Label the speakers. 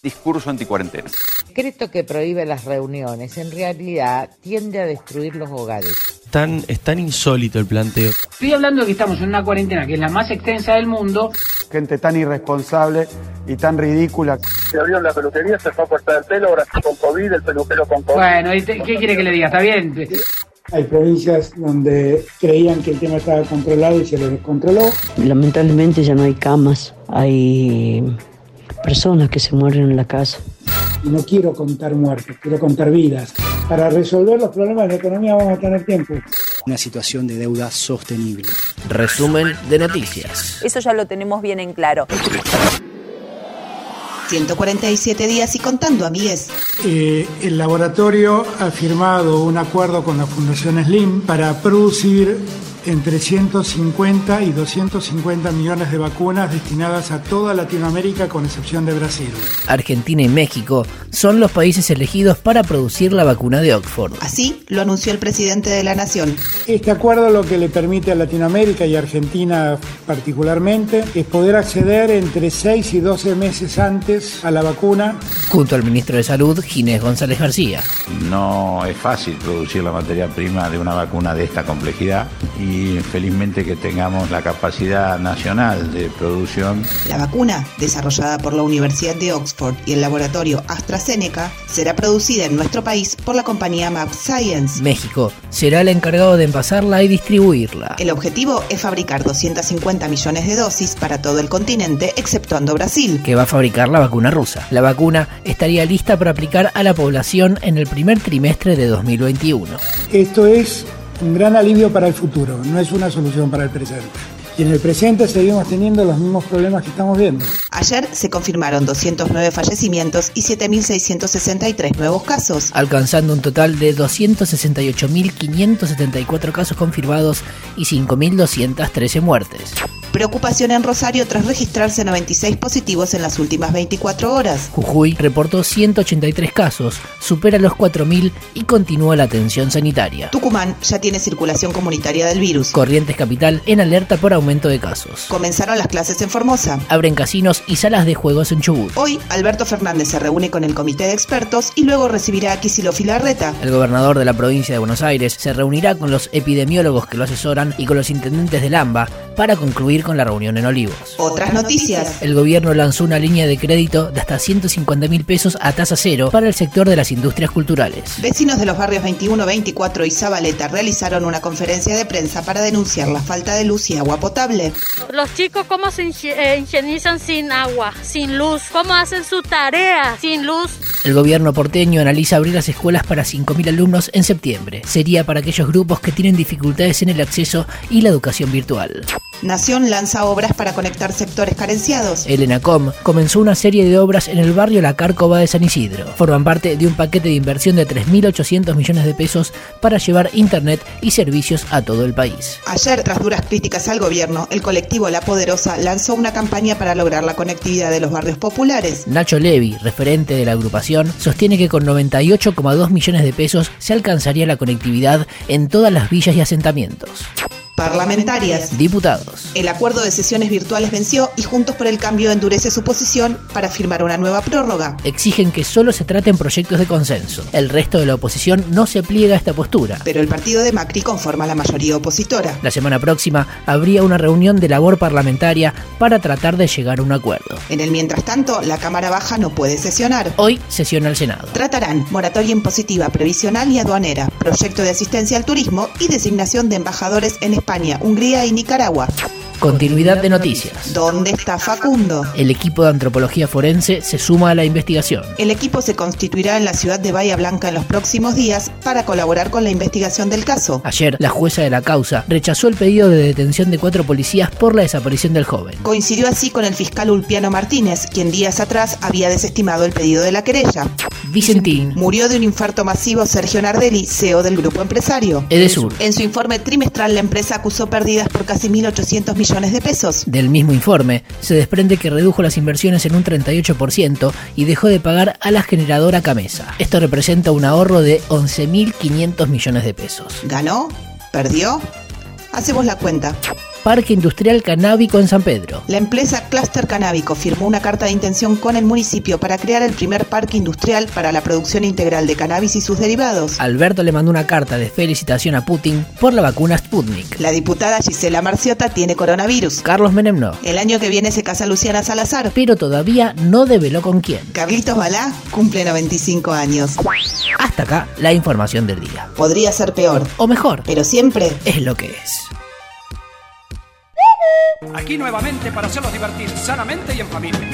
Speaker 1: Discurso anticuarentena.
Speaker 2: El decreto que prohíbe las reuniones en realidad tiende a destruir los hogares.
Speaker 3: Tan, es tan insólito el planteo.
Speaker 4: Estoy hablando de que estamos en una cuarentena que es la más extensa del mundo.
Speaker 5: Gente tan irresponsable y tan ridícula.
Speaker 6: Se abrió la peluquería, se fue a cortar el pelo, ahora con COVID, el peluquero con COVID.
Speaker 4: Bueno, ¿y te- ¿qué quiere que le diga? ¿Está bien?
Speaker 7: Hay provincias donde creían que el tema estaba controlado y se lo descontroló.
Speaker 8: Lamentablemente ya no hay camas, hay personas que se mueren en la casa.
Speaker 7: Y no quiero contar muertos, quiero contar vidas. Para resolver los problemas de la economía vamos a tener tiempo.
Speaker 9: Una situación de deuda sostenible.
Speaker 10: Resumen de noticias.
Speaker 11: Eso ya lo tenemos bien en claro.
Speaker 12: 147 días y contando a 10.
Speaker 7: Eh, el laboratorio ha firmado un acuerdo con la Fundación Slim para producir entre 150 y 250 millones de vacunas destinadas a toda Latinoamérica con excepción de Brasil.
Speaker 10: Argentina y México son los países elegidos para producir la vacuna de Oxford.
Speaker 12: Así lo anunció el presidente de la Nación.
Speaker 7: Este acuerdo lo que le permite a Latinoamérica y Argentina particularmente es poder acceder entre 6 y 12 meses antes a la vacuna
Speaker 10: Junto al ministro de Salud, Ginés González García.
Speaker 13: No es fácil producir la materia prima de una vacuna de esta complejidad y felizmente que tengamos la capacidad nacional de producción.
Speaker 12: La vacuna, desarrollada por la Universidad de Oxford y el laboratorio AstraZeneca, será producida en nuestro país por la compañía Map Science.
Speaker 10: México será el encargado de envasarla y distribuirla.
Speaker 12: El objetivo es fabricar 250 millones de dosis para todo el continente, exceptuando Brasil.
Speaker 10: que va a fabricar la vacuna rusa. La vacuna estaría lista para aplicar a la población en el primer trimestre de 2021.
Speaker 7: Esto es un gran alivio para el futuro, no es una solución para el presente. Y en el presente seguimos teniendo los mismos problemas que estamos viendo.
Speaker 12: Ayer se confirmaron 209 fallecimientos y 7.663 nuevos casos.
Speaker 10: alcanzando un total de 268.574 casos confirmados y 5.213 muertes.
Speaker 12: Preocupación en Rosario tras registrarse 96 positivos en las últimas 24 horas.
Speaker 10: Jujuy reportó 183 casos, supera los 4.000 y continúa la atención sanitaria.
Speaker 12: Tucumán ya tiene circulación comunitaria del virus.
Speaker 10: Corrientes Capital en alerta por aumento de casos.
Speaker 12: Comenzaron las clases en Formosa.
Speaker 10: Abren casinos y salas de juegos en Chubut.
Speaker 12: Hoy, Alberto Fernández se reúne con el comité de expertos y luego recibirá a Kicillof y Larreta.
Speaker 10: El gobernador de la provincia de Buenos Aires se reunirá con los epidemiólogos que lo asesoran y con los intendentes del AMBA para concluir con la reunión en Olivos.
Speaker 12: Otras noticias.
Speaker 10: El gobierno lanzó una línea de crédito de hasta 150 mil pesos a tasa cero para el sector de las industrias culturales.
Speaker 12: Vecinos de los barrios 21, 24 y Zabaleta realizaron una conferencia de prensa para denunciar la falta de luz y agua potable.
Speaker 14: Los chicos cómo se higie- eh, higienizan sin agua, sin luz, cómo hacen su tarea sin luz.
Speaker 10: El gobierno porteño analiza abrir las escuelas para 5.000 alumnos en septiembre. Sería para aquellos grupos que tienen dificultades en el acceso y la educación virtual.
Speaker 12: Nación lanza obras para conectar sectores carenciados.
Speaker 10: El ENACOM comenzó una serie de obras en el barrio La Cárcova de San Isidro. Forman parte de un paquete de inversión de 3.800 millones de pesos para llevar Internet y servicios a todo el país.
Speaker 12: Ayer, tras duras críticas al gobierno, el colectivo La Poderosa lanzó una campaña para lograr la conectividad de los barrios populares.
Speaker 10: Nacho Levi, referente de la agrupación, sostiene que con 98,2 millones de pesos se alcanzaría la conectividad en todas las villas y asentamientos.
Speaker 12: Parlamentarias.
Speaker 10: Diputados.
Speaker 12: El acuerdo de sesiones virtuales venció y Juntos por el Cambio endurece su posición para firmar una nueva prórroga.
Speaker 10: Exigen que solo se traten proyectos de consenso. El resto de la oposición no se pliega a esta postura.
Speaker 12: Pero el partido de Macri conforma la mayoría opositora.
Speaker 10: La semana próxima habría una reunión de labor parlamentaria para tratar de llegar a un acuerdo.
Speaker 12: En el mientras tanto, la Cámara Baja no puede sesionar.
Speaker 10: Hoy sesiona el Senado.
Speaker 12: Tratarán moratoria impositiva previsional y aduanera, proyecto de asistencia al turismo y designación de embajadores en España, Hungría y Nicaragua.
Speaker 10: Continuidad de noticias.
Speaker 12: ¿Dónde está Facundo?
Speaker 10: El equipo de antropología forense se suma a la investigación.
Speaker 12: El equipo se constituirá en la ciudad de Bahía Blanca en los próximos días para colaborar con la investigación del caso.
Speaker 10: Ayer, la jueza de la causa rechazó el pedido de detención de cuatro policías por la desaparición del joven.
Speaker 12: Coincidió así con el fiscal Ulpiano Martínez, quien días atrás había desestimado el pedido de la querella.
Speaker 10: Vicentín,
Speaker 12: Murió de un infarto masivo Sergio Nardelli, CEO del grupo empresario.
Speaker 10: Edesur.
Speaker 12: En su informe trimestral, la empresa acusó pérdidas por casi 1.800 millones de pesos.
Speaker 10: Del mismo informe, se desprende que redujo las inversiones en un 38% y dejó de pagar a la generadora Camesa. Esto representa un ahorro de 11.500 millones de pesos.
Speaker 12: ¿Ganó? ¿Perdió? Hacemos la cuenta.
Speaker 10: Parque Industrial Canábico en San Pedro.
Speaker 12: La empresa Cluster Canábico firmó una carta de intención con el municipio para crear el primer parque industrial para la producción integral de cannabis y sus derivados.
Speaker 10: Alberto le mandó una carta de felicitación a Putin por la vacuna Sputnik.
Speaker 12: La diputada Gisela Marciota tiene coronavirus.
Speaker 10: Carlos Menem no.
Speaker 12: El año que viene se casa Luciana Salazar.
Speaker 10: Pero todavía no develó con quién.
Speaker 12: Carlitos Balá cumple 95 años.
Speaker 10: Hasta acá la información del día.
Speaker 12: Podría ser peor.
Speaker 10: O mejor.
Speaker 12: Pero siempre
Speaker 10: es lo que es.
Speaker 1: Aquí nuevamente para hacerlos divertir sanamente y en familia.